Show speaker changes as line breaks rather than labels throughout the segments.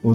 我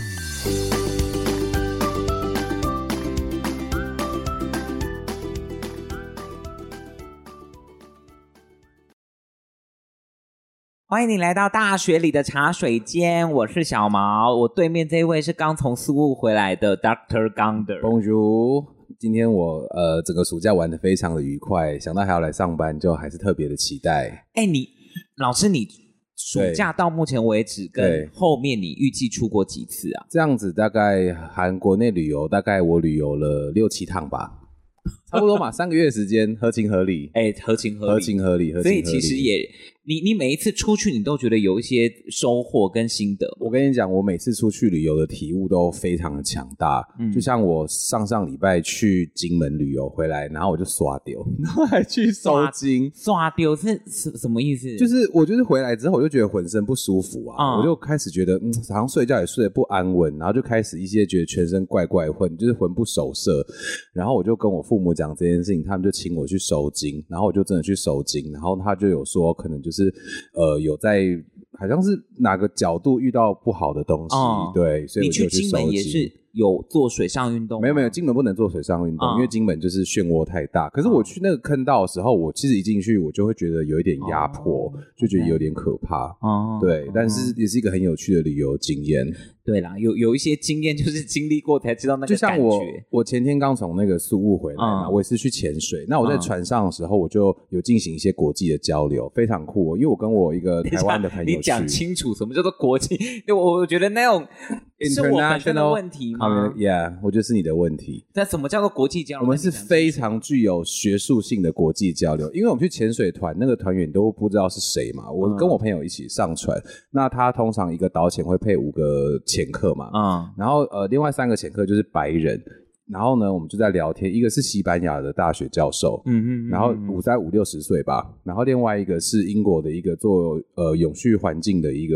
欢迎你来到大学里的茶水间，我是小毛，我对面这位是刚从苏雾回来的 Doctor Gander。
Bonjour，今天我呃整个暑假玩的非常的愉快，想到还要来上班，就还是特别的期待。
哎，你老师，你暑假到目前为止跟
对
后面你预计出国几次啊？
这样子大概韩国内旅游，大概我旅游了六七趟吧， 差不多嘛，三个月时间，合情合 理，
哎，合情合理，
合情合理，合情合理。
所以其实也，你你每一次出去，你都觉得有一些收获跟心得。
我跟你讲，我每次出去旅游的体悟都非常的强大。
嗯
就像我上上礼拜去金门旅游回来，然后我就刷丢， 然后还去收金。
刷丢是什什么意思？
就是我就是回来之后，我就觉得浑身不舒服啊，
嗯
我就开始觉得嗯，好像睡觉也睡得不安稳，然后就开始一些觉得全身怪怪混，就是魂不守舍。然后我就跟我父母讲这件事情，他们就请我去收金，然后我就真的去收金，然后他就有说可能就是呃有在好像是哪个角度遇到不好的东西，
嗯
对，所以
你
我就
去
去
金
收
门
金。
也是有做水上运动吗，
没有没有，金门不能做水上运动，
嗯
因为金门就是漩涡太
啊
大。可是我去那个坑道的时候，我其实一进去，我就会觉得有一点压迫，
哦
就觉得
OK
有点可怕。
哦
对，但
哦
是也是一个很有趣的旅游经验。
对啦，有有一些经验就是经历过才知道那
就
个
像
感
我
觉，
我前天刚从那个宿务回来嘛，
嗯
我也是去潜水。那我在
嗯
船上的时候，我就有进行一些国际的交流，非常酷、哦。因为我跟我一个台湾的朋友
你讲
去。
清楚什么叫做国际？ 对我我觉得那 种是我本身的
International
问题吗？
Yeah，我觉得是你的问题。
那什么叫做国际交流？
我们是
那你讲
非常具有学术性的国际交流，因为我们去潜水团，那个团员都不知道是谁嘛。
嗯
我跟我朋友一起上船，那他通常一个导潜会配五个潜客嘛，
啊，
然后呃，另外三个潜客就是白人。然后呢，我们就在聊天，一个是西班牙的大学教授，
嗯嗯，
然后
嗯
五在五六十岁吧，然后另外一个是英国的一个做呃永续环境的一个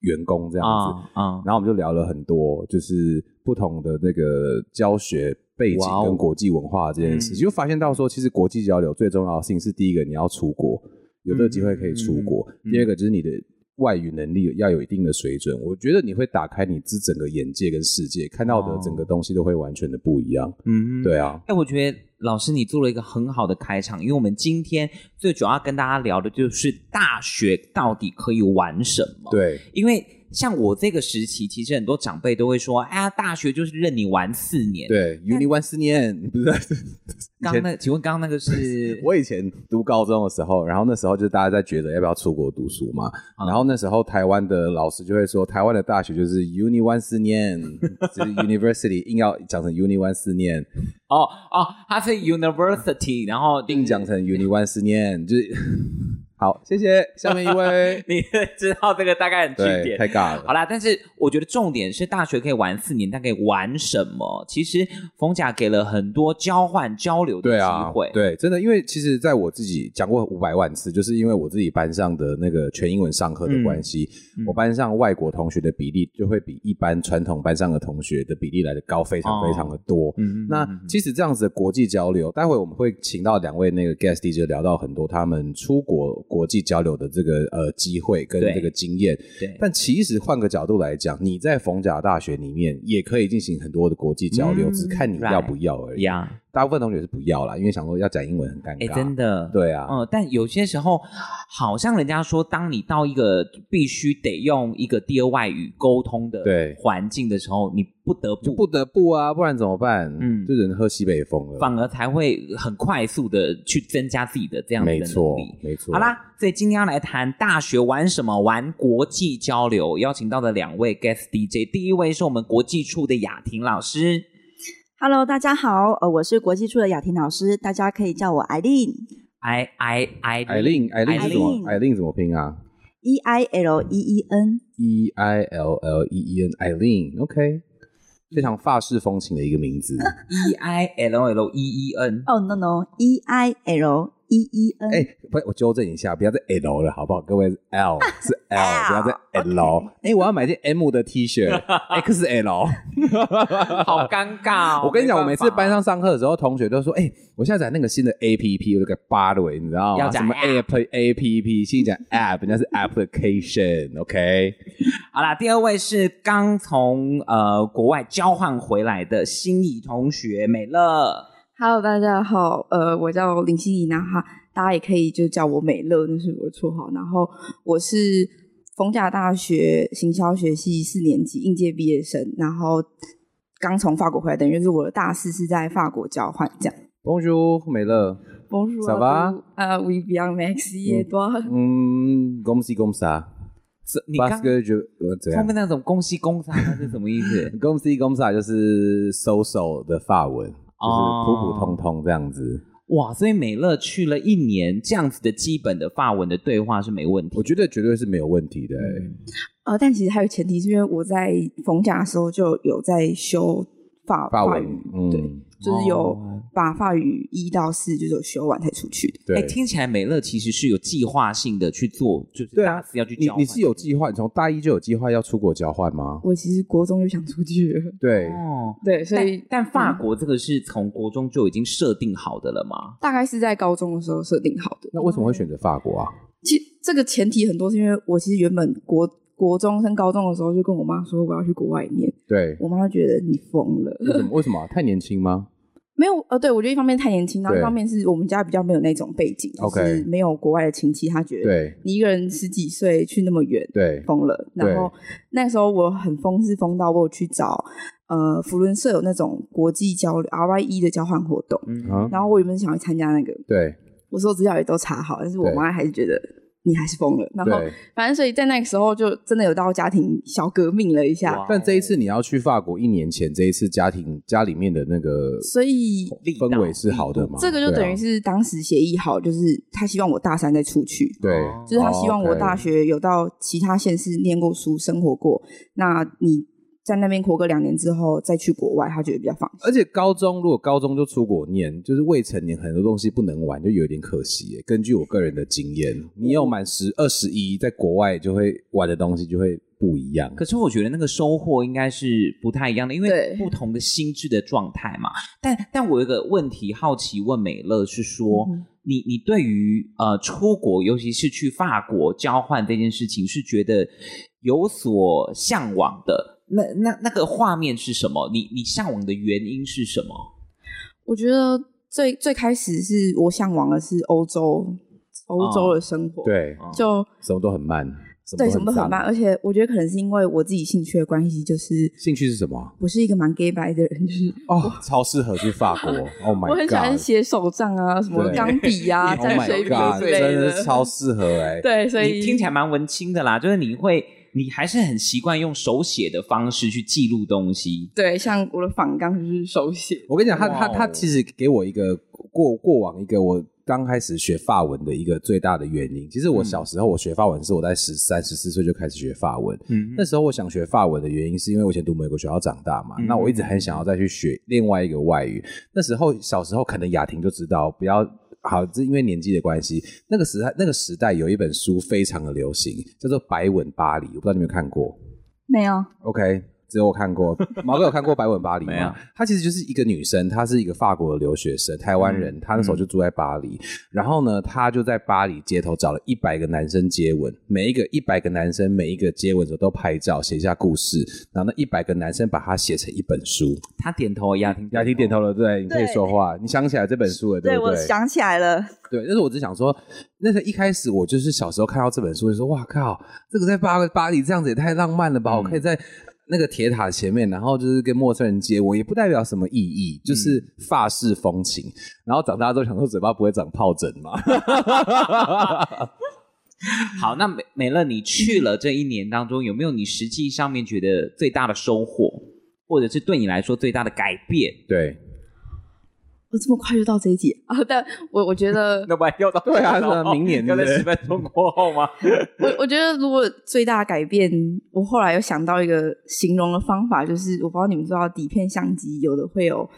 员工这样子，
啊啊，
然后我们就聊了很多，就是不同的那个教学背景
哇哦
跟国际文化这件事，
嗯
情，就发现到说，其实国际交流最重要的事情是第一个你要出国，有这个机会可以出国；
嗯嗯
第二个就是你的外语能力要有一定的水准。我觉得你会打开你自整个眼界跟世界，看到的整个东西都会完全的不一样。
哦嗯，嗯
对啊，
哎，我觉得老师你做了一个很好的开场，因为我们今天最主要跟大家聊的就是大学到底可以玩什么。，
对，
因为像我这个时期，其实很多长辈都会说，哎呀，大学就是任你玩四年。，
对，Uni One 四年不是。
刚刚那请问刚刚那个是
我以前读高中的时候，然后那时候就大家在觉得要不要出国读书嘛，
啊
然后那时候台湾的老师就会说，台湾的大学就是 Uni One 四念， 就是 University 硬要讲成 Uni One 四念，
哦哦，他是 university，然后，
嗯硬讲成 Uni One 四念，就是 好，谢谢。下面一位
你知道这个大概很 据
对，
点
太。尬了。
好啦，但是我觉得重点是大学可以玩四年，但可以玩什么？其实冯甲给了很多交换交流的
对
机
啊
会。，
对，真的，因为其实在我自己讲过五百万次，就是因为我自己班上的那个全英文上课的关系，
嗯嗯
我班上外国同学的比例就会比一般传统班上的同学的比例来的高，非常
哦
非常的多。
嗯
那其实这样子的国际交流，待会我们会请到两位那个 guest DJ 聊到很多他们出国国际交流的这个呃机会跟
对
这个经验。
对，
但其实换个角度来讲，你在逢甲大学里面也可以进行很多的国际交流，
嗯
只看你
right
要不要而已。
呀，
大部分同学是不要啦，因为想说要讲英文很尴
哎，
尬。
真的，
对啊，
嗯，但有些时候，好像人家说，当你到一个必须得用一个第二外语沟通的
对
环境的时候，你不得
就
不
不得不啊，不然怎么办？
嗯
嗯，就只能喝西北风了。
反而才会很快速的去增加自己的这样子
没
的
错
能力，。
没错。
好，啦，所以今天要来谈大学玩什么，玩国际交流，邀请到的两位 guest DJ，第一位是我们国际处的雅婷老师，
Hello，大家好，呃，我是国际处的雅婷老师，大家可以叫我艾琳
艾艾艾
艾琳，艾琳是怎么？
Eileen
艾琳怎么拼啊
E I L E E N。
？E I L L E E N，艾琳，OK，非常法式 风情的一个名字。
E I L L E E N，
哦、n o no，E I L
E E N，、
哎、不，我纠正一下，不要再 L 了，好不好？各位，L 是 L，不要再 L。哎、我要买件 M 的 T 恤哎，XL。
好尴尬、哦。
我跟你讲，
没办法
我每次班上上课的时候，同学都说：“哎、我下载那个新的 APP，我就给扒了，你知道
要
吗？
讲
什么
app
App APP，心里讲 App，人家是 Application，OK？、
好啦，第二位是刚从呃国外交换回来的心仪同学美乐。
Hello，大家好，呃，我叫林心怡，然后大家也可以就叫我美乐，那是我的绰号。然后我是逢甲大学行销学系四年级应届毕业生，然后刚从法国回来，等于就是我的大四是在法国交换这样。
Bonjour，美乐。
Bonjour,
Ça va?
啊
vous- 呃 we beyond Maxi
Mm.
et toi？
嗯，恭喜恭喜啊！
这你刚
Bas 哥觉得呃怎
后
样
面？那种恭喜恭喜啊那是什么意 思？
恭喜恭喜啊，就是 so so 的法文，就是
哦
普普通通这样子。
哇，所以美乐去了一年，这样子的基本的法文的对话是没问题。
我觉得绝对是没有问题的、
嗯
欸。
呃，但其实还有前提，是因为我在逢甲的时候就有在修法
法文
语，，
嗯，
对，就是有
哦
把法语一到四就是有修完才出去的。
哎、
对。
听起来美乐其实是有计划性的去做，就是
对
大
啊
四要去
你
交换
你是有计划，你从大一就有计划要出国交换吗？
我其实国中就想出去了，
对，
哦。
对，所以嗯
但但法国这个是从国中就已经设定好的了吗？
大概是在高中的时候设定好的。
那为什么会选择法国啊？
其这个前提很多是因为我其实原本国国中升高中的时候就跟我妈说我要去国外念，
对，
我妈就觉得你疯了。
为什么？为什么啊、太年轻吗？
没有呃，对我觉得一方面太年轻，然后
对
一方面是我们家比较没有那种背景，就
OK
是没有国外的亲戚，他觉得
对
你一个人十几岁去那么远，
对
疯了。然后那时候我很疯，是疯到我有去找呃福伦社有那种国际交流 RYE 的交换活动，
嗯，
啊，
然后我原本想去参加那个，
对
我所有资料也都查好，但是我
对
妈还是觉得你还是疯了。然后
对。
反正所以在那个时候就真的有到家庭小革命了一
哇
下，
但这一次你要去法国，一年前这一次家庭家里面的那个
所以
力道
氛围是好的吗？
这个就
对啊
等于是当时协议好，就是他希望我大三再出去。
对
哦
就是他希望我
OK
大学有到其他县市念过书、生活过，那你在那边活个两年之后再去国外，他觉得比较放心。
而且高中如果高中就出国念，就是未成年很多东西不能玩，就有点可惜耶。根据我个人的经验，你有满十二十一，在国外就会玩的东西就会不一样。
可是我觉得那个收获应该是不太一样的，因为
对
不同的心智的状态嘛。但但我有一个问题好奇问美乐是说，
嗯
你你对于呃出国，尤其是去法国交换这件事情，是觉得有所向往的？那那那个画面是什么？你你向往的原因是什么？
我觉得最最开始是我向往的是欧洲，欧洲的生活，，
对，
就
什么都很慢，什
对什么都很
脏
慢，而且我觉得可能是因为我自己兴趣的关系，就是
兴趣是什么啊？
我是一个蛮 gay 白的人，就是
哦，超适合去法 国。Oh my god！
我很喜欢写手账啊，什么
对
钢笔啊、
Oh
蘸
my
水笔
god！
之类
真的是超适合哎、
对，所以
你听起来蛮文青的啦，就是你会你还是很习惯用手写的方式去记录东西。
对，像我的仿钢就是手写，
我跟你讲，他
哇
他
哦
他其实给我一个过过往一个我刚开始学法文的一个最大的原因。其实我
嗯
小时候我学法文是我在十三十四岁就开始学法文，
嗯
那时候我想学法文的原因，是因为我以前读美国学校长大嘛，
嗯
那我一直很想要再去学另外一个外语。那时候小时候可能雅婷就知道，不要好，这因为年纪的关系，那个时代那个时代有一本书非常的流行，叫做《白吻巴黎》，我不知道你有没有看过。
没有
OK，只有我看 过，毛哥有看过《白吻巴黎》
没有
吗？她其实就是一个女生，她是一个法国的留学生，台湾人，她那时候就住在巴黎。然后呢，她就在巴黎街头找了一百个男生接吻，每一个一百个男生，每一个接吻的时候都拍照，写下故事。然后那一百个男生把它写成一本书。
他点头，雅婷
雅婷点头了，对，你可以
对
说话。你想起来这本书了，对不
我
对？
想起来了，
对，但是我只想说，那个一开始我就是小时候看到这本书，就说哇靠，这个在巴巴黎这样子也太浪漫了吧！我可
嗯
以在那个铁塔前面，然后就是跟陌生人接吻，也不代表什么意义，
嗯
就是法式风情。然后长大之后想说，嘴巴不会长疱疹 嘛？
好，那美美乐，你去了这一年当中，有没有你实际上面觉得最大的收获，或者是对你来说最大的改变？ ，
对，
我这么快就到这一 集啊！但我我觉得
那不然要到
对啊是啊明 年
要在
对
十
不对
分钟过后 吗？
我我觉得如果最大的改变，我后来有想到一个形容的方法，就是我不知道你们知不知道，底片相机有的会有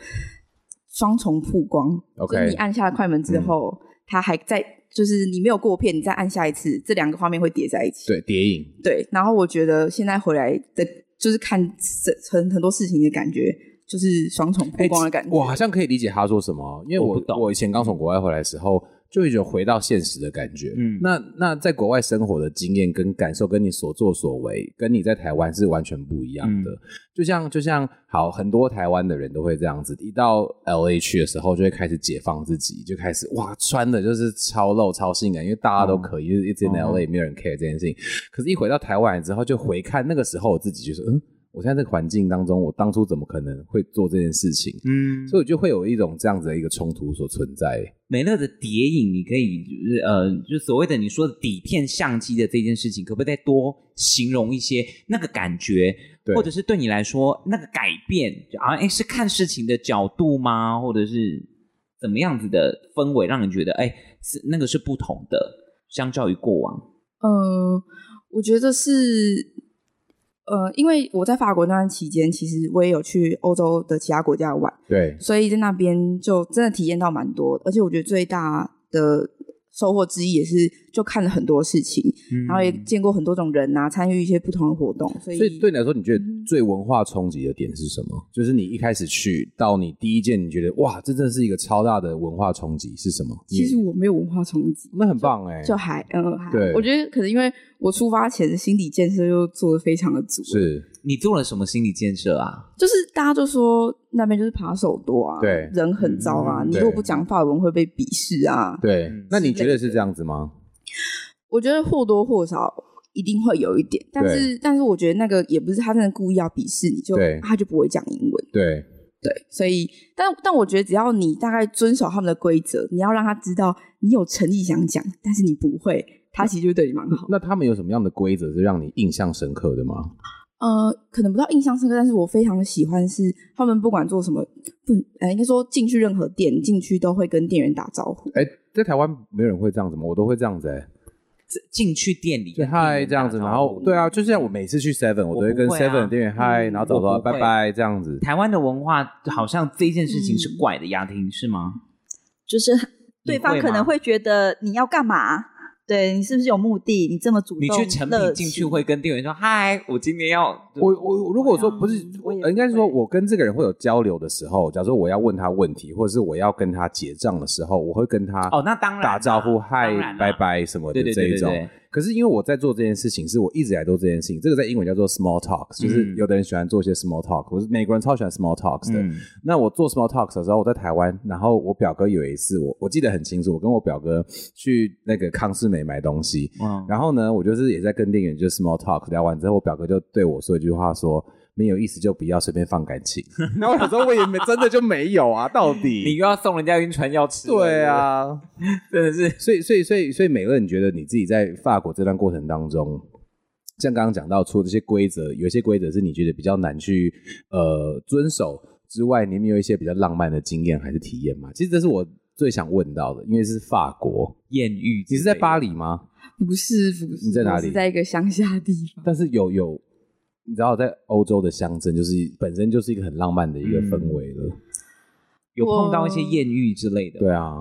双重曝光
OK 嗯
就是你按下快门之后。它还在，就是你没有过片，你再按下一次，这两个画面会叠在一起。
对，谍影，
对，然后我觉得现在回来的，就是看这很很多事情的感觉，就是双重
哎
曝光的感觉。
我好像可以理解他说什么，因为
我不
我
懂
我以前刚从国外回来的时候，就有一种回到现实的感觉。
嗯
那那在国外生活的经验跟感受，跟你所作所为，跟你在台湾是完全不一样
嗯
的。就像就像好，很多台湾的人都会这样子，一到 L A 去的时候，就会开始解放自己，就开始哇，穿的就是超露超性感，因为大家
嗯
都可以，就是一直在 L A 没有人 care 这件事情。可是，一回到台湾来之后，就回看那个时候我自己，就是嗯。我现在这个环境当中，我当初怎么可能会做这件事情？
嗯
所以我就会有一种这样子的一个冲突所存在。
美乐的谍影，你可以就是呃，就所谓的你说的底片相机的这件事情，可不可以再多形容一些那个感觉，
对
或者是对你来说那个改变就啊，哎，是看事情的角度吗？或者是怎么样子的氛围让你觉得哎，是那个是不同的，相较于过往，
呃，我觉得是，呃，因为我在法国那段期间，其实我也有去欧洲的其他国家玩，
对，
所以在那边就真的体验到蛮多，而且我觉得最大的收获之一也是就看了很多事情，然后也
嗯
见过很多种人啊，参与一些不同的活动，所以
所以对你来说，你觉得
嗯
最文化冲击的点是什么？就是你一开始去到你第一件，你觉得哇，这真的是一个超大的文化冲击是什么？
其实
你
我没有文化冲击，
那很棒哎、
就还嗯还，
对
我觉得可能因为我出发前的心理建设又做的非常的足，
是
你做了什么心理建设啊？
就是大家就说那边就是扒手多啊，
对
人很糟啊，
嗯
你
对
如果不讲法文会被鄙视啊。
对、
嗯
那你觉得是这样子吗？
我觉得或多或少一定会有一点，但是但是我觉得那个也不是他真的故意要鄙视你，就啊
对
他就不会讲英文，
对，
对，所以但但我觉得只要你大概遵守他们的规则，你要让他知道你有诚意想讲，但是你不会，他其实就对你蛮好。
那他们有什么样的规则是让你印象深刻的吗？
呃，可能不到印象深刻，但是我非常的喜欢是他们不管做什么，不呃应该说进去任何店进去都会跟店员打招呼。
哎、在台湾没有人会这样子吗？我都会这样子哎、
这进去店里
就
跟店
嗨
员
这样子，
打
然
招呼
后对啊，就像我每次去 Seven，我都会跟
我不会啊
Seven 的店员嗨，
嗯
然后走
我
走
不会
拜拜这样子。
台湾的文化好像这件事情是
嗯
怪的，雅婷是吗？
就是
你
对方
会
可能
吗
会觉得你要干嘛？对你是不是有目的？你这么主动，
你去成
热
品进去
情
会跟店员说：“嗨，我今天要
我我我如果说
对啊
不是，我
我也
应该是说
不会
我跟这个人会有交流的时候，假如说我要问他问题，或者是我要跟他结账的时候，我会跟他
哦，那当然啦
打招呼
当
嗨
然啦
拜拜什么的
对对
这
对
一
对
种。
对，
可是因为我在做这件事情，是我一直以来都这件事情，这个在英文叫做 small talks，就是
嗯
有的人喜欢做一些 small talk，我是美国人超喜欢 small talks 的。
嗯
那我做 small talks 的时候，我在台湾，然后我表哥有一次，我我记得很清楚，我跟我表哥去那个康士美买东西，
哇，
然后呢，我就是也在跟店员就是 small talk 聊完之后，我表哥就对我说一句话说。没有意思就不要随便放感情。 然后我想说，我也没真的就没有啊，到
你
底？
又要送人家晕船药吃，
对，啊，
真的是
所以所以所以所以美乐，你觉得你自己在法国这段过程当中，像刚刚讲到，除了这些规则，有一些规则是你觉得比较难去呃遵守之外，你们有一些比较浪漫的经验还是体验吗？其实这是我最想问到的，因为是法国。
艳遇。
你是在巴黎吗？
不是不是，
你在哪
我
里
是在一个乡下的地方。
但是有有，你知道，在欧洲的乡镇，就是本身就是一个很浪漫的一个氛围了。
嗯
有碰到一些
我
艳遇之类的？
对啊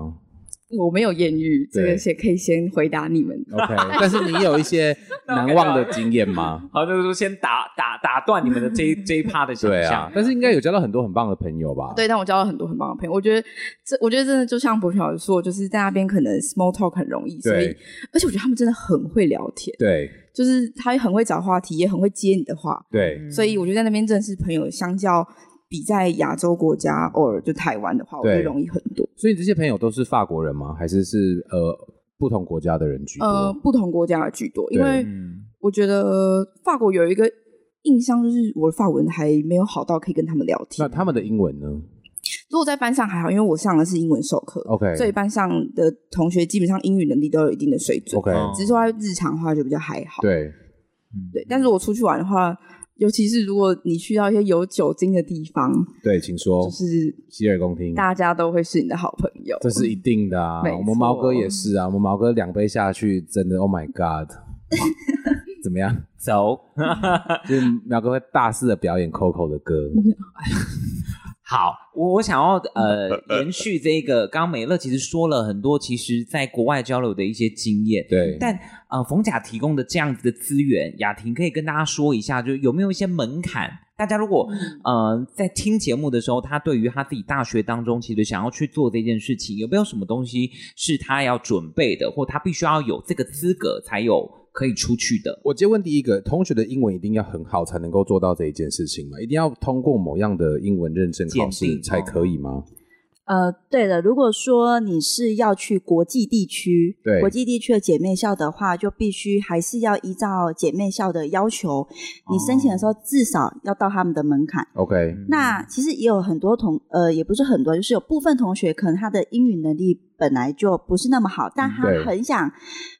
我没有艳遇，这
对哦
个先可以先回答你们。
，OK。但 是你有一些难忘的经验吗？
好，就是说先打打打断你们的这 一这一趴的想
对啊
象，，
但是应该有交到很多很棒的朋友吧？
对，但我交了很多很棒的朋友。我觉得这，我觉得真的就像博小说，就是在那边可能 small talk 很容易，所以
对
而且我觉得他们真的很会聊天，
对
就是他很会找话题，也很会接你的话，
对
所以我觉得在那边认识朋友，相较比在亚洲国家偶尔就台湾的话，我觉
对
得容易很多。
所以这些朋友都是法国人吗？还是是呃不同国家的人居多？
呃，不同国家的居多，因
对
为
嗯，
我觉得呃法国有一个印象，就是我的法文还没有好到可以跟他们聊
那。
天
他们的英文呢
如果在班上还好，因为我上的是英文授课
？OK，
所以班上的同学基本上英语能力都有一定的水准。
OK，
哦
只是说在日常的话就比较还好。
对
嗯
对，但是我出去玩的话，尤其是如果你去到一些有酒精的地方，
对，请说。
就是
洗耳恭听，
大家都会是你的好朋友。
这是一定的啊
没。错
我们毛哥也是啊，我们毛哥两杯下去，真的，Oh my God，怎么样？
走，
就是苗哥会大肆的表演 Coco 的歌，
好，我我想要呃延续这个，刚刚美乐其实说了很多，其实在国外交流的一些经验。
对，
但呃，冯甲提供的这样子的资源，雅婷可以跟大家说一下，就有没有一些门槛？大家如果呃在听节目的时候，他对于他自己大学当中其实想要去做这件事情，有没有什么东西是他要准备的，或他必须要有这个资格才有可以出去的？
我直接问第一个，同学的英文一定要很好才能够做到这一件事情吗？一定要通过某样的英文认证考
鉴
试
定
才可以吗？
呃，对的，如果说你是要去国际地区，
对
国际地区的姐妹校的话，就必须还是要依照姐妹校的要求，你申请的时候至少要到他们的门槛。
OK，
那其实也有很多同呃，也不是很多，就是有部分同学可能他的英语能力本来就不是那么好，但他
嗯对
很想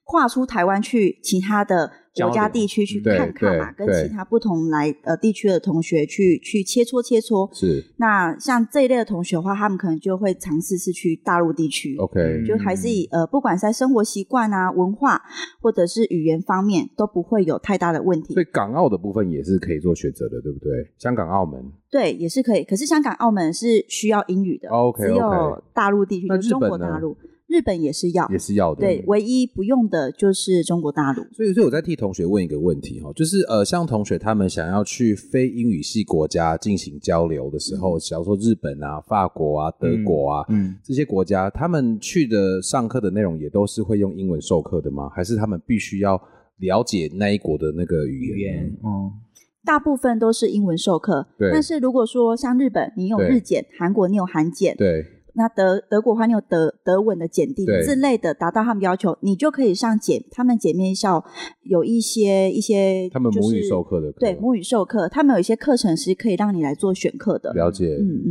跨出台湾去其他的国
交
家
流
地区去
嗯对
看看嘛，
对
跟其
对
他不同来呃地区的同学去去切磋切磋。
是
那像这一类的同学的话，他们可能就会尝试是去大陆地区。
OK，、
嗯
就还是以呃，不管是在生活习惯啊、文化或者是语言方面，都不会有太大的问题
所以。港澳的部分也是可以做选择的，对不对？香港、澳门，
对，也是可以。可是香港、澳门是需要英语的
哦 OK，OK
只有大陆地区，
那
就
日
是中国
本呢
大陆、日本也是要，
也是嗯要的。
对，唯一不用的就是中国大陆。
所以，所以我在替同学问一个问题哈，就是呃，像同学他们想要去非英语系国家进行交流的时
嗯
候，假如说日本啊、法国啊、德国啊、
嗯，
这些国家，他们去的上课的内容也都是会用英文授课的吗？还是他们必须要了解那一国的那个语
语
言呢？
言，嗯，
大部分都是英文授课，
对
但是如果说像日本，你有
对
日检；韩国你有韩检，
对，
那德德国话你有德德文的检定
对
之类的，达到他们要求，你就可以上姐他们姐妹校有一些一些、就是，
他们母语授课的课
对母语授课，他们有一些课程是可以让你来做选课的。
了解。
嗯嗯，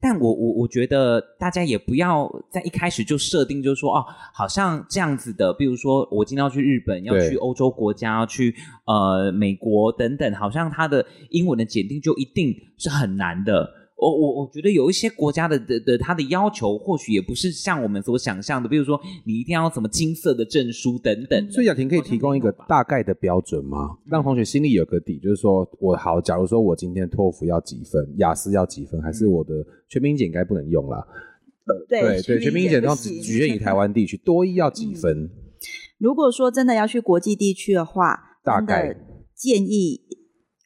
但我我我觉得大家也不要在一开始就设定，就是说哦，好像这样子的，比如说我今天要去日本，要
对
去欧洲国家，要去呃美国等等，好像它的英文的检定就一定是很难的。我我我觉得有一些国家的的的它的要求或许也不是像我们所想象的，比如说你一定要什么金色的证书等等的。
嗯所以雅婷可以
好像
提供一个
没有吧
大概的标准吗？
嗯
让同学心里有个底，就是说我好，假如说我今天托福要几分，雅思要几分，还是我的全民检应该不能用啦。呃
对
对对，全
全
民
民
检
检
要
不
只
行
局限于台湾地区，多一要几分？
如果说真的要去国际地区的话，
大
真的
概
建议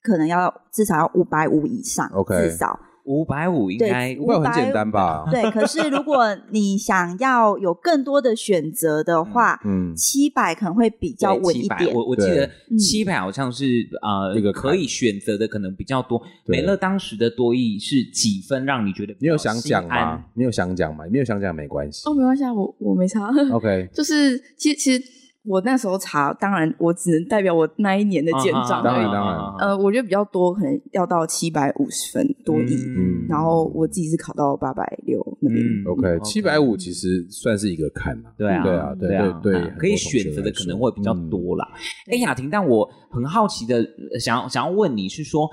可能要至少要五百五以上
OK
至少
五百五应
对
该
不会很简单吧？
对。可是如果你想要有更多的选择的话，
嗯，
七百可能会比较稳一
七百，
点。
我我记得
嗯
七百好像是呃
一个
可以选择的可能比较多。
对
美乐当时的多益是几分让你觉得比较
你有想讲
心安
吗？？你有想讲吗？没有想讲没关系
哦，。没关系，啊，我我没差。
OK，
就是其实其实我那时候查，当然我只能代表我那一年的简
啊
章
当
而
然
已。
当然
呃，我觉得比较多，可能要到七百五十分多一，
嗯
然后我自己是考到八百六那边。
嗯
OK，七百
五。
五其实算是一个坎嘛。
对啊，
对啊，对
啊
对
啊
对，
可以选择的可能会比较
嗯
多啦。哎、雅婷，但我很好奇的，呃想要想要问你是说，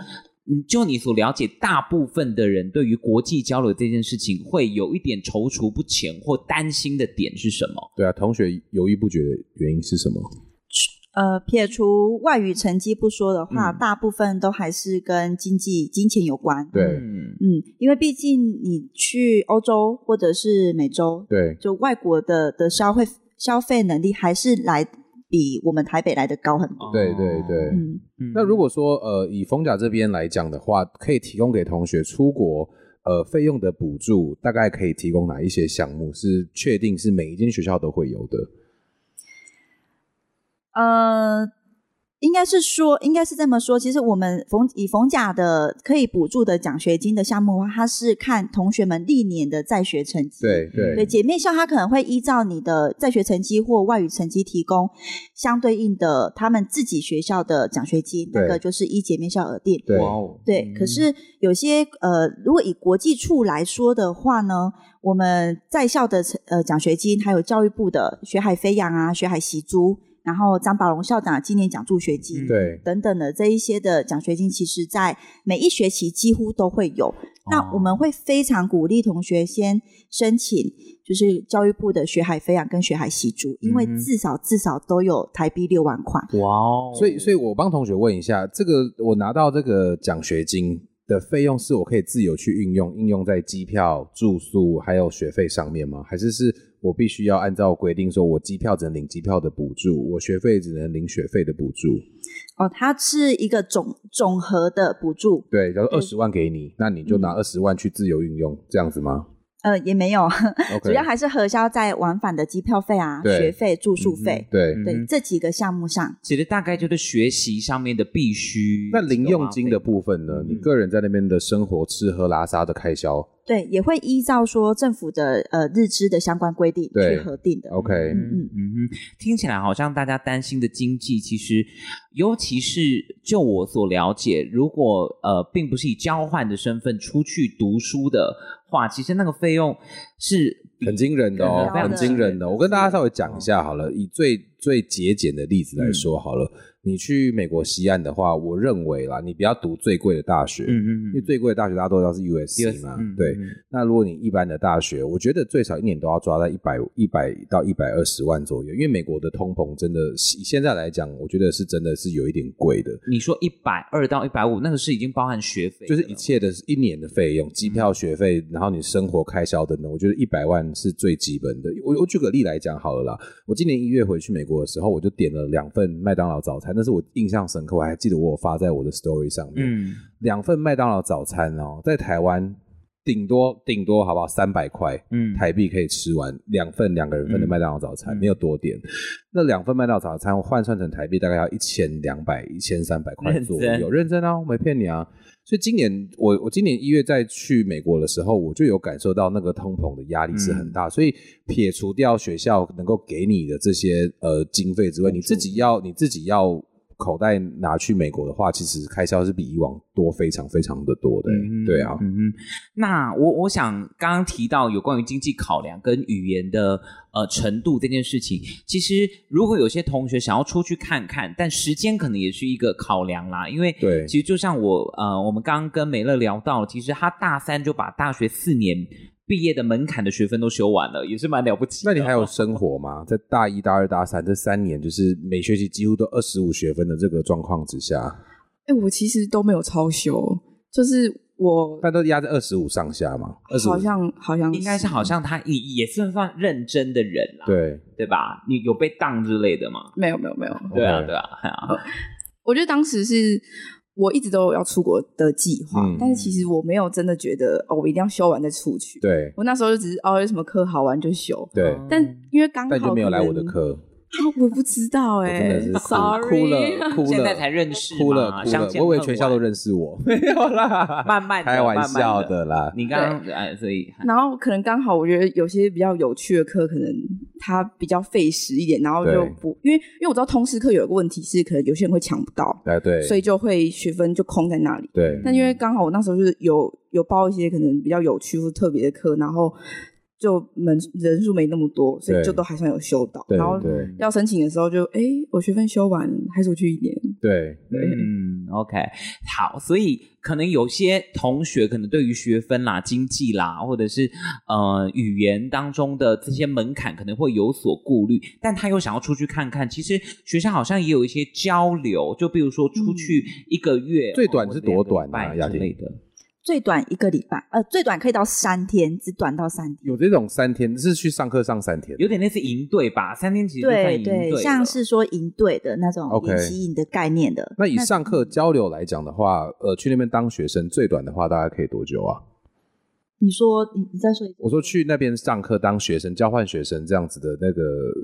嗯，就你所了解，大部分的人对于国际交流这件事情，会有一点踌躇不前或担心的点是什么？
对啊，同学犹豫不决的原因是什么？
呃，撇除外语成绩不说的话，
嗯
大部分都还是跟经济、金钱有关。
对
嗯
嗯，因为毕竟你去欧洲或者是美洲，
对，
就外国的的消费消费能力还是来比我们台北来的高很多。
对对对
嗯，
嗯
那如果说呃，以丰甲这边来讲的话，可以提供给同学出国呃费用的补助，大概可以提供哪一些项目是确定是每一间学校都会有的？
呃，应该是说，应该是这么说。其实我们逢以逢甲的可以补助的奖学金的项目的话，它是看同学们历年的在学成绩。
对对
对，姐妹校它可能会依照你的在学成绩或外语成绩提供相对应的他们自己学校的奖学金，
对
那个就是依姐妹校而定。
对嗯
哦
对，可是有些呃，如果以国际处来说的话呢，我们在校的呃奖学金，还有教育部的学海飞扬啊、学海习珠，然后张宝龙校长的纪念奖助学金。
嗯
对
等等的这一些的奖学金，其实在每一学期几乎都会有。那我们会非常鼓励同学先申请，就是教育部的学海飞扬跟学海习珠，因为
嗯哼
至少至少都有台币六万块。
哇哦，
所以所
以
以我帮同学问一下，这个我拿到这个奖学金，的费用是我可以自由去运用，应用在机票、住宿还有学费上面吗？还是是我必须要按照规定，说我机票只能领机票的补助，我学费只能领学费的补助？
哦，它是一个总总和的补助，
对，假如二十万给你，那你就拿二十万去自由运用，这样子吗
呃，也没有，
？OK，
主要还是核销在往返的机票费啊、
对
学费、住宿费，
对。
嗯
对这几个项目上。
其实大概就是学习上面的必须。
那零用金的部分呢？
嗯
你个人在那边的生活、吃喝拉撒的开销
对，也会依照说政府的呃日资的相关规定
对
去核定的。
，OK，
嗯嗯哼，听起来好像大家担心的经济，其实尤其是就我所了解，如果呃并不是以交换的身份出去读书的话，其实那个费用是比
很惊人的嗯哦，
非常
很惊人的。我跟大家稍微讲一下好了，以最最节俭的例子来说好了，你去美国西岸的话，我认为啦，你不要读最贵的大学，
嗯嗯
因
嗯
为最贵的大学大家都知道是 USC 嘛，对。那如果你一般的大学，我觉得最少一年都要抓在一百一百到一百二十万左右，因为美国的通膨真的以现在来讲，我觉得是真的是有一点贵的。
你说一百二到一百五，那个是已经包含学费
就
的了，嗯
是一切的一年的费用，机票、学费，然后你生活开销等等，我觉得一百万是最基本的。我我举个例来讲好了啦，我今年一月回去美国的时候，我就点了两份麦当劳早餐，但是我印象深刻，我还记得我有发在我的 story 上面，
嗯，
两份麦当劳早餐哦，在台湾顶多顶多好不好？三百块，
嗯
台币可以吃完两份两个人份的麦当劳早餐，
嗯
没有多点。那两份麦当劳早餐换算成台币大概要一千两百、一千三百块
认真
左右，认真啊，我没骗你啊。所以今年我我今年一月再去美国的时候，我就有感受到那个通膨的压力是很
嗯
大。所以撇除掉学校能够给你的这些呃经费之外，你自己要你自己要口袋拿去美国的话，其实开销是比以往多非常非常的多的、
嗯哼
对啊，
嗯哼，那我我想刚刚提到有关于经济考量跟语言的呃程度这件事情，其实如果有些同学想要出去看看，但时间可能也是一个考量啦，因为
对
其实就像我呃，我们刚刚跟美乐聊到，其实他大三就把大学四年毕业的门槛的学分都修完了，也是蛮了不起的哦。
那你还有生活吗？在大一、大二、大三这三年，就是每学期几乎都二十五学分的这个状况之下，
哎、我其实都没有超修，就是我
但都压在二十五上下嘛，二十五
好像好像
应该是好像他也也算算认真的人啦，
对
对吧？你有被当之类的吗？
没有没有没有，
对啊，
OK
对啊， 哎呀
我觉得当时是我一直都有要出国的计划，
嗯
但是其实我没有真的觉得哦，我一定要修完再出去。
对
我那时候就只是哦，有什么课好玩就修，
对，
但因为刚好
但嗯就没有来
可能
我的课，
啊，我不知道
我
哎、
真的是哭
sorry
哭了，哭了，
现在才认识嘛
哭了，哭
相
了，
见恨晚
我以为全校都认识我，没有啦，
慢慢的
开玩笑的
慢慢
啦
地，你刚刚哎，所以
然后可能刚好，我觉得有些比较有趣的课，可能它比较费时一点，然后就
对
不，因为因为我知道通识课有一个问题是，可能有些人会抢不到，
哎对，嗯
所以就会学分就空在那里。
对
但因为刚好我那时候就是有有报一些可能比较有趣或特别的课，然后就门人数没那么多，所以
对
就都还算有修到。
对
然后
对
嗯
要申请的时候就，哎，我学分修完，还是我去一年。
对，
嗯，OK，好，所以可能有些同学可能对于学分啦、经济啦，或者是呃语言当中的这些门槛，可能会有所顾虑，但他又想要出去看看。其实学校好像也有一些交流，就比如说出去一个月，
嗯
哦
最短是多短啊
啊
雅
之
婷
类的。
最短一个礼拜，呃，最短可以到三天，只短到三天。
有这种三天是去上课上三天，啊
有点类似营队吧，三天其实就算
对
营队
对
了，
像是说营队的那种
OK
演习营的概念的。
那以上
嗯
课交流来讲的话，呃，去那边当学生最短的话，大概可以多久啊？
你说你你再说一次，
我说去那边上课当学生、交换学生这样子的那个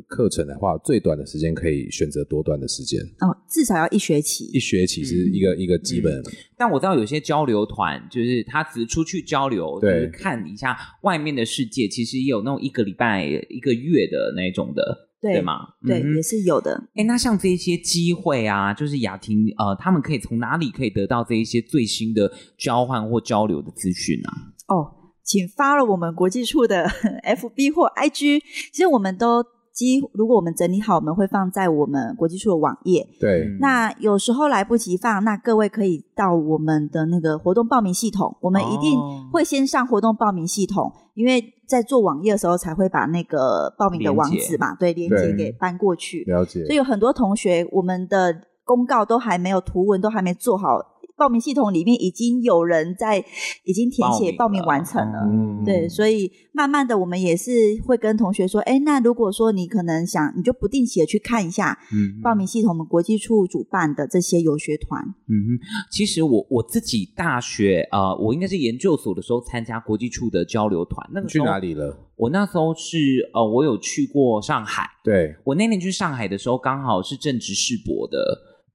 课程的话，最短的时间可以选择多短的时间？
哦，至少要一学期。
一学期是一
嗯
个、一个基本，
但我知道有些交流团，就是他只是出去交流，就
对
是看一下外面的世界，其实也有那种一个礼拜、一个月的那种的，
对
吗？
对，
嗯
也是有的。
哎，那像这些机会啊，就是雅婷，呃，他们可以从哪里可以得到这一些最新的交换或交流的资讯啊？
哦，请发了我们国际处的 FB 或 IG，其实我们都几，如果我们整理好，我们会放在我们国际处的网页。
对
嗯
那有时候来不及放，那各位可以到我们的那个活动报名系统，我们一定
哦
会先上活动报名系统，因为在做网页的时候才会把那个报名的网
连结
址嘛，对，连
对
接给搬过去。
了解
所以有很多同学，我们的公告都还没有，图文都还没做好，报名系统里面已经有人在已经填写
报
报
名
名
了
完成了。
嗯
对，所以慢慢的，我们也是会跟同学说，哎，那如果说你可能想，你就不定期的去看一下
嗯
报名系统，我们国际处主办的这些游学团，
嗯哼，其实我我自己大学啊、呃我应该是研究所的时候参加国际处的交流团。那
你
个时
去
候
哪里？了？
我那时候是呃，我有去过上海。
对，
我那年去上海的时候，刚好是正值世博的，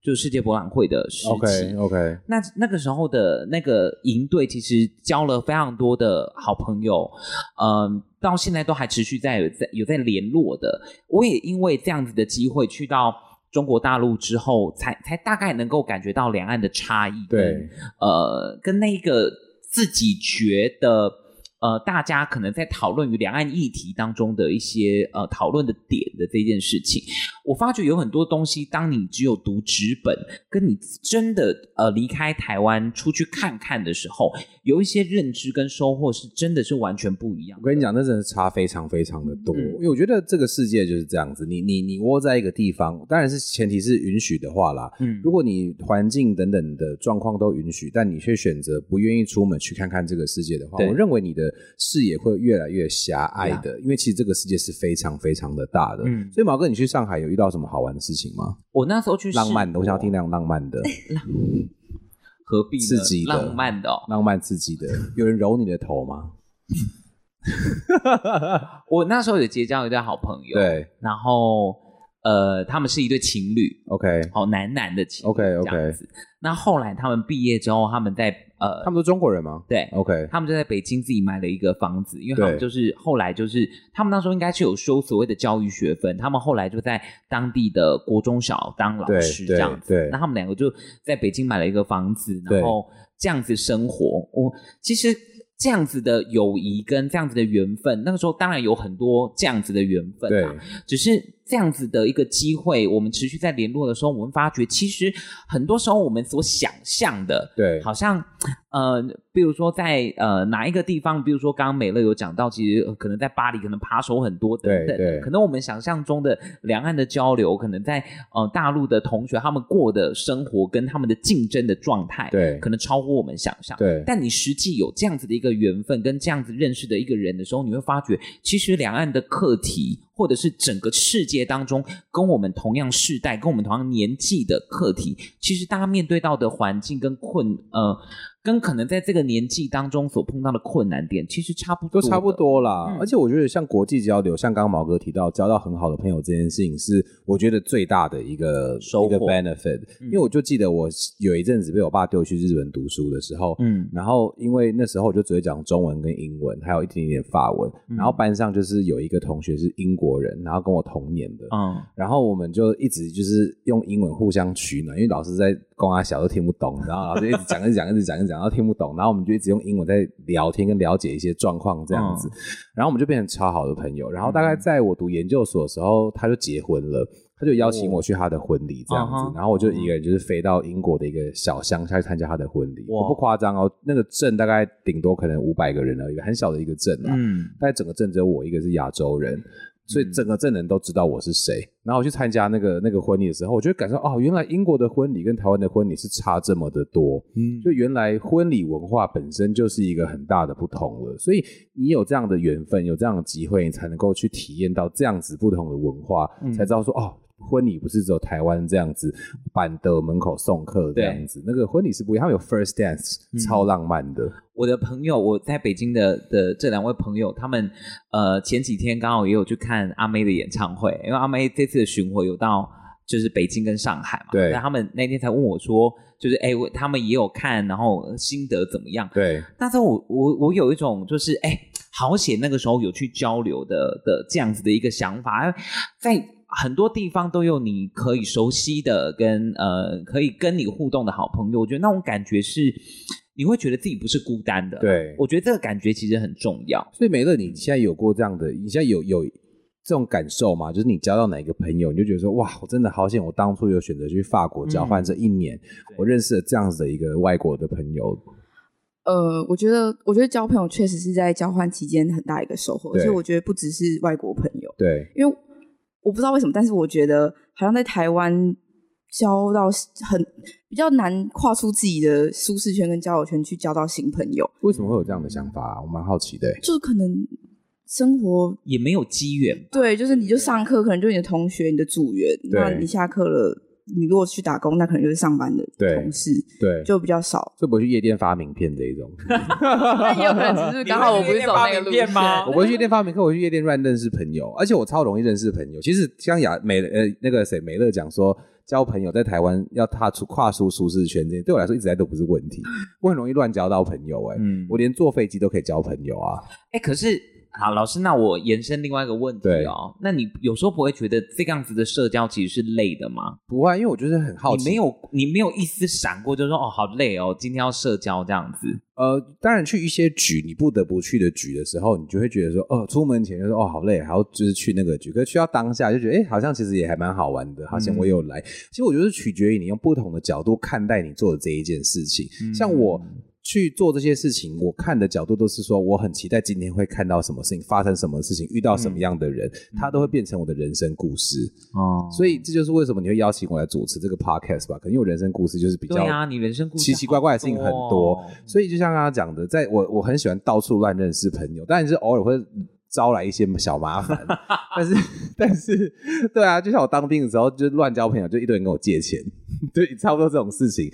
就是世界博览会的时期。
OK 嗯 OK，
那那个时候的那个营队，其实交了非常多的好朋友，嗯，到现在都还持续在有在有在联络的。我也因为这样子的机会，去到中国大陆之后，才才大概能够感觉到两岸的差异，
对，，
呃，跟那一个自己觉得。呃，大家可能在讨论与两岸议题当中的一些呃讨论的点的这件事情，我发觉有很多东西，当你只有读纸本，跟你真的呃离开台湾出去看看的时候，有一些认知跟收获是真的是完全不一样
我
的。
跟你讲，那真的差非常非常的多。
嗯
因为我觉得这个世界就是这样子，你你你窝在一个地方，当然是前提是允许的话啦。
嗯
如果你环境等等的状况都允许，但你却选择不愿意出门去看看这个世界的话，
对
我认为你的视野会越来越狭隘的，因为其实这个世界是非常非常的大的。
嗯
所以毛哥，你去上海有遇到什么好玩的事情吗？
我那时候去
浪漫
世
的，哦
博
我想要听那种浪漫的、
何必呢
刺激的、
浪漫的、哦。
浪漫刺激的。有人揉你的头吗？
我那时候有结交一对好朋友，，
对
然后呃，他们是一对情侣，
，OK，
好哦男男的情侣
OK，OK
这样子。那后来他们毕业之后，他们在呃，
他们都中国人吗
对
？OK，
他们就在北京自己买了一个房子，因为他们
对
就是后来就是他们那时候应该是有修所谓的教育学分，他们后来就在当地的国中小当老
对
师
对
这样子。
对
那他们两个就在北京买了一个房子，
对
然后这样子生活。我其实这样子的友谊跟这样子的缘分，那个时候当然有很多这样子的缘分、
对
啊，只是这样子的一个机会，我们持续在联络的时候，我们发觉其实很多时候我们所想象的，
对
好像呃，比如说在呃哪一个地方，比如说刚刚美乐有讲到，其实、呃可能在巴黎可能扒手很多等等的，
对对
可能我们想象中的两岸的交流，可能在呃大陆的同学他们过的生活跟他们的竞争的状态，
对
可能超过我们想象。
对
但你实际有这样子的一个缘分，跟这样子认识的一个人的时候，你会发觉，其实两岸的课题，或者是整个世界当中，跟我们同样世代、跟我们同样年纪的课题，其实大家面对到的环境跟困，呃，跟可能在这个年纪当中所碰到的困难点，其实差不多
都
的，
差不多啦。
嗯
而且我觉得像国际交流，像刚刚毛哥提到交到很好的朋友这件事情，是我觉得最大的一个
收获
一个 benefit、
嗯
因为我就记得我有一阵子被我爸丢去日本读书的时候。
嗯，
然后，因为那时候我就只会讲中文跟英文，还有一点点法文。
嗯
然后班上就是有一个同学是英国人，然后跟我同年的，
嗯，
然后我们就一直就是用英文互相取暖，因为老师在公阿小都听不懂，然后老师一直讲一直讲一直讲一直讲，然后听不懂，然后我们就一直用英文在聊天跟了解一些状况这样子，然后我们就变成超好的朋友。然后大概在我读研究所的时候，他就结婚了。他就邀请我去他的婚礼这样子
哦啊哈
然后我就一个人就是飞到英国的一个小乡下去参加他的婚礼，
哇
我不夸张哦，那个镇大概顶多可能五百个人而已，很小的一个镇啊。
嗯，
但整个镇只有我一个是亚洲人，所以整个镇人都知道我是谁。然后我去参加那个那个婚礼的时候，我就感受哦，原来英国的婚礼跟台湾的婚礼是差这么的多。
嗯
就原来婚礼文化本身就是一个很大的不同了，所以你有这样的缘分，有这样的机会，你才能够去体验到这样子不同的文化，
嗯
才知道说哦。婚礼不是只有台湾这样子，板的门口送客这样子，那个婚礼是不一样，他们有 first dance，、
嗯
超浪漫的。
我的朋友，我在北京的的这两位朋友，他们呃前几天刚好也有去看阿妹的演唱会，因为阿妹这次的巡回有到就是北京跟上海嘛，
对
那他们那天才问我说，就是哎、我他们也有看，然后心得怎么样？
对，
那时候我我我有一种就是哎、好险那个时候有去交流的的这样子的一个想法，在很多地方都有你可以熟悉的跟呃可以跟你互动的好朋友，我觉得那种感觉是你会觉得自己不是孤单的。
对
我觉得这个感觉其实很重要。
所以美乐，你现在有过这样的，你现在有有这种感受吗？就是你交到哪一个朋友，你就觉得说，哇，我真的好险，我当初有选择去法国交换这一年，我认识了这样子的一个外国的朋友。
呃，我觉得，我觉得交朋友确实是在交换期间很大一个收获，而
对
且我觉得不只是外国朋友，
对，
因为我不知道为什么，但是我觉得好像在台湾交到很比较难跨出自己的舒适圈跟交友圈去交到新朋友，
为什么会有这样的想法、啊？我蛮好奇的、欸。
就是可能生活
也没有机缘。
对，就是你就上课可能就是你的同学、你的组员，那
对
你下课了，你如果去打工，那可能就是上班的
对
同事，
对，
就比较少。
就不会去夜店发名片这一种。
那 也有可能只是刚好我不是走那个路线
吗？
我不会去夜店发明课，我去夜店乱认识朋友，而且我超容易认识朋友。其实像雅美呃那个谁美乐讲说，交朋友在台湾要踏出跨出舒适圈，这对我来说一直在都不是问题。我很容易乱交到朋友、哎、
嗯
我连坐飞机都可以交朋友啊。
哎、可是好，老师，那我延伸另外一个问题
对
哦，那你有时候不会觉得这样子的社交其实是累的吗？
不会啊，因为我就是很好
你
奇，
没有，你没有一丝闪过，就说哦，好累哦，今天要社交这样子。
呃，当然去一些局你不得不去的局的时候，你就会觉得说，哦，出门前就说哦好累，还要就是去那个局，可是去到当下就觉得，哎、好像其实也还蛮好玩的，好像我
嗯
有来。其实我觉得是取决于你用不同的角度看待你做的这一件事情。
嗯
像我去做这些事情，我看的角度都是说，我很期待今天会看到什么事情，发生什么事情，遇到
嗯
什么样的人，它都会变成我的人生故事。
哦，
所以这就是为什么你会邀请我来主持这个 podcast 吧？可能因为我人生故事就是比较
对啊，你人生故事
奇奇怪怪的事情很多
好哦，
所以就像刚刚讲的，在我我很喜欢到处乱认识朋友，当然是偶尔会招来一些小麻 烦，但是但是对啊，就像我当兵的时候，就乱交朋友，就一堆人跟我借钱，对，差不多这种事情，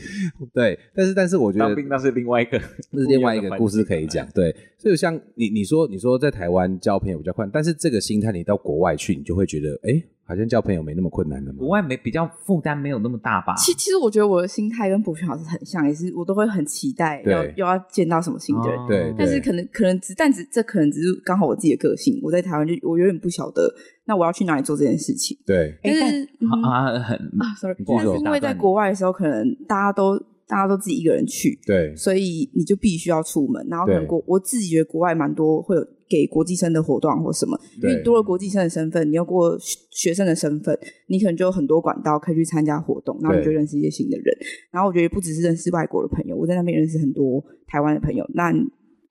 对，但是但是我觉得
当兵那是另外一个，
那是另外一个故事可以讲。
啊
对，所以像你你说你说在台湾交朋友比较困难，但是这个心态你到国外去，你就会觉得哎。诶好像交朋友没那么困难了嘛。
国外没比较负担没有那么大吧？
其其实我觉得我的心态跟博轩老师很像，也是我都会很期待
对
要又要见到什么新的人，
哦
对
但是可能可能只但只这可能只是刚好我自己的个性，我在台湾就我有点不晓得那我要去哪里做这件事情，
对，
但是、嗯、啊
啊，很
s o r r y
你继续
但是因为在国外的时候，可能大家都大家都自己一个人去，
对
所以你就必须要出门，然后可能
对
国我自己觉得国外蛮多会有给国际生的活动或什么，因为
对
你多了国际生的身份，你又过学学生的身份，你可能就有很多管道可以去参加活动，然后你就
对
认识一些新的人。然后我觉得不只是认识外国的朋友，我在那边认识很多台湾的朋友。那你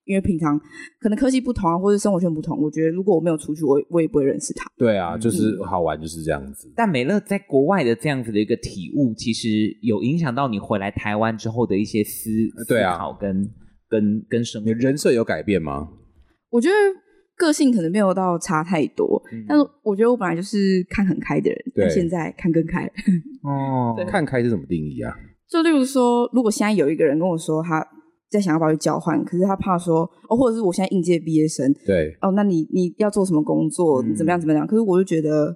因为平常可能科技不同啊，或者生活圈不同，我觉得如果我没有出去，我也我也不会认识他。
对啊，
嗯
就是好玩就是这样子。
但美乐在国外的这样子的一个体悟，其实有影响到你回来台湾之后的一些思
呃对啊
思考跟跟跟生
你
活。
人设有改变吗？
我觉得个性可能没有到差太多，但是我觉得我本来就是看很开的人，
嗯对
但现在看更开了。
哦
对
看开是怎么定义啊？
就例如说，如果现在有一个人跟我说他在想要不要去交换，可是他怕说哦，或者是我现在应届毕业生
对，
哦，那你你要做什么工作，
嗯
你怎么样怎么样？可是我就觉得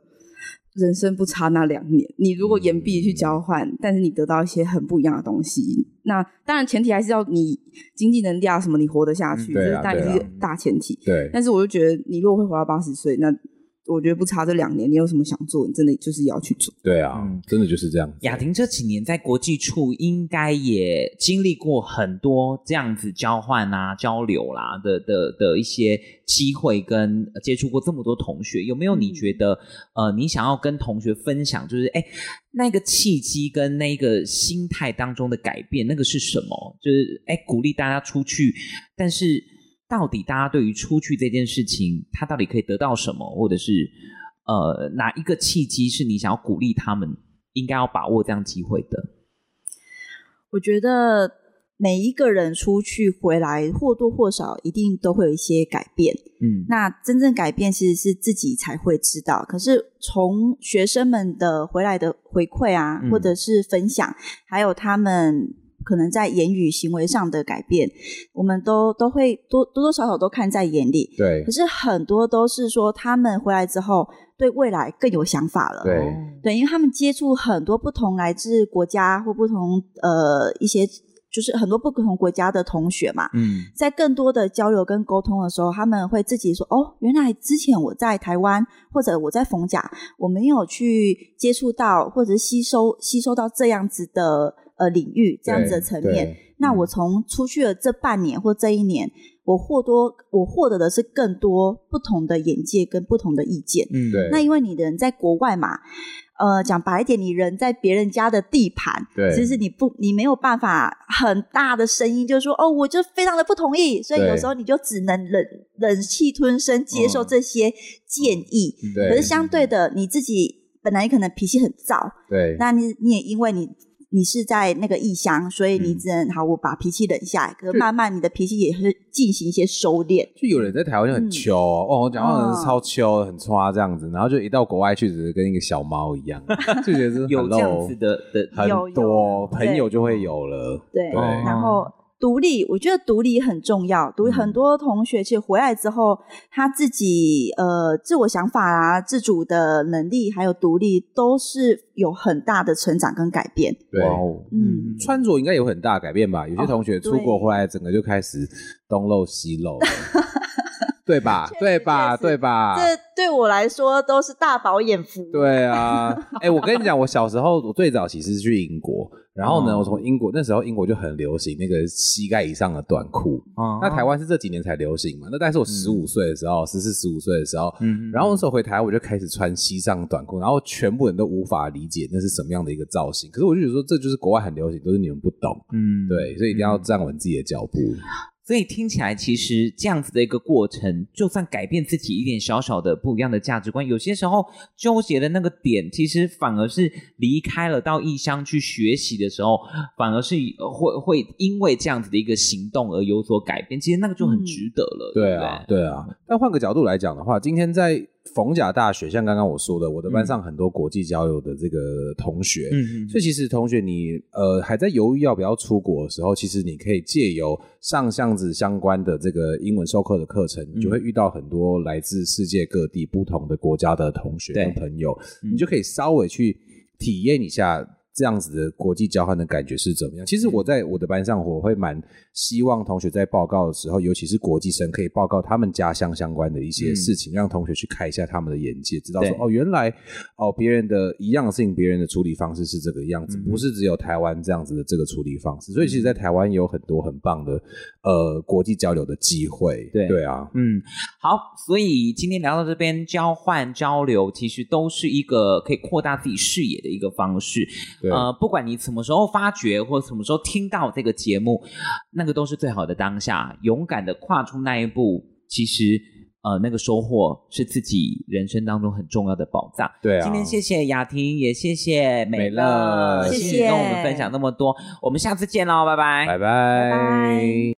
人生不差那两年，你如果言
嗯
必去交换，但是你得到一些很不一样的东西，那当然前提还是要你经济能力啊什么，你活得下去，
嗯
这
对啊
是当然
对啊
是一个大前提。
对，
但是我就觉得，你如果会活到八十岁，那我觉得不差这两年，你有什么想做，你真的就是要去做。
对啊，
嗯
真的就是这样子。
雅婷这几年在国际处应该也经历过很多这样子交换啊、交流啦、的的的一些机会，跟呃接触过这么多同学，有没有你
嗯
觉得、呃，你想要跟同学分享，就是哎那个契机跟那个心态当中的改变，那个是什么？就是哎鼓励大家出去，但是到底大家对于出去这件事情，他到底可以得到什么，或者是呃哪一个契机是你想要鼓励他们应该要把握这样机会的？
我觉得每一个人出去回来，或多或少一定都会有一些改变。
嗯，
那真正改变其实是自己才会知道。可是从学生们的回来的回馈啊，
嗯
或者是分享，还有他们可能在言语行为上的改变，我们都都会多多多少少都看在眼里。
对
可是很多都是说他们回来之后对未来更有想法了。
对
对，因为他们接触很多不同来自国家或不同呃一些，就是很多不同国家的同学嘛，
嗯
在更多的交流跟沟通的时候，他们会自己说：“哦，原来之前我在台湾或者我在逢甲，我没有去接触到或者吸收吸收到这样子的呃领域这样子的层面。
对嗯
那我从出去了这半年或这一年，我获多我获得的是更多不同的眼界跟不同的意见。
嗯
对
那因为你人在国外嘛，呃，讲白一点，你人在别人家的地盘，
对
其实你不，你没有办法很大的声音，就是说，哦，我就非常的不同意，所以
对嗯
有时候你就只能忍忍气吞声，接受这些建议。
对
可是相对的，你自己本来你可能脾气很燥，
对，
那你你也因为你你是在那个异乡，所以你
嗯
只能、好，我把脾气忍下来。可是慢慢你的脾气也会进行一些收敛。
就有人在台湾就很
嗯
秋哦，哦我讲话
哦
很超秋的，很抓这样子，然后就一到国外去，只是跟一个小猫一 样，就觉得是
有这样
hello
子的的
很
有有
多朋
对
友就会有了，
对，哦
对
然后独立，我觉得独立很重要。独立
嗯
很多同学其实回来之后，他自己呃自我想法啊、自主的能力，还有独立，都是有很大的成长跟改变。
对。
哦，
嗯
穿着应该有很大的改变吧？有些
哦
同学出国
对
回来，整个就开始东漏西漏 了，对吧
确？实
对吧？
确实
对吧？
这对我来说都是大饱眼福。
嗯对啊，哎、我跟你讲，我小时候我最早其实是去英国，然后呢，
哦
我从英国那时候英国就很流行那个膝盖以上的短裤，
啊
那台湾是这几年才流行嘛？那大概是我十五岁的时候，十四十五岁的时候，
嗯嗯，嗯
然后那时候回台湾我就开始穿膝上短裤，然后全部人都无法理解那是什么样的一个造型，可是我就觉得说这就是国外很流行，都是你们不懂，
嗯
对，所以一定要
嗯
站稳自己的脚步。
所以听起来，其实这样子的一个过程，就算改变自己一点小小的不一样的价值观，有些时候纠结的那个点，其实反而是离开了到异乡去学习的时候，反而是呃会会因为这样子的一个行动而有所改变。其实那个就很
嗯
值得了，
对
不
啊，对啊。但换个角度来讲的话，今天在逢甲大学，像刚刚我说的，我的班上很多国际交友的这个同学，
嗯嗯嗯，
所以其实同学你呃还在犹豫要不要出国的时候，其实你可以借由上巷子相关的这个英文授课的课程，你
嗯
就会遇到很多来自世界各地不同的国家的同学
对
跟朋友，
嗯
你就可以稍微去体验一下这样子的国际交换的感觉是怎么样。其实
嗯
我在我的班上，我会蛮希望同学在报告的时候，尤其是国际生，可以报告他们家乡相关的一些
嗯
事情，让同学去开一下他们的眼界，知道说
对
哦，原来哦别人的一样的事情，别人的处理方式是这个样子，
嗯
不是只有台湾这样子的这个处理方式。所以其实，在台湾有很多很棒的呃国际交流的机会。
对
对啊，
嗯，好，所以今天聊到这边，交换交流其实都是一个可以扩大自己视野的一个方式。
对
呃，不管你什么时候发觉或什么时候听到这个节目，那个都是最好的当下，勇敢的跨出那一步，其实呃，那个收获是自己人生当中很重要的宝藏。
对啊。
今天谢谢雅婷，也谢谢美
美乐
谢
谢
谢你跟我们
谢
分享那么多，我们下次见喽，拜拜，
拜拜
拜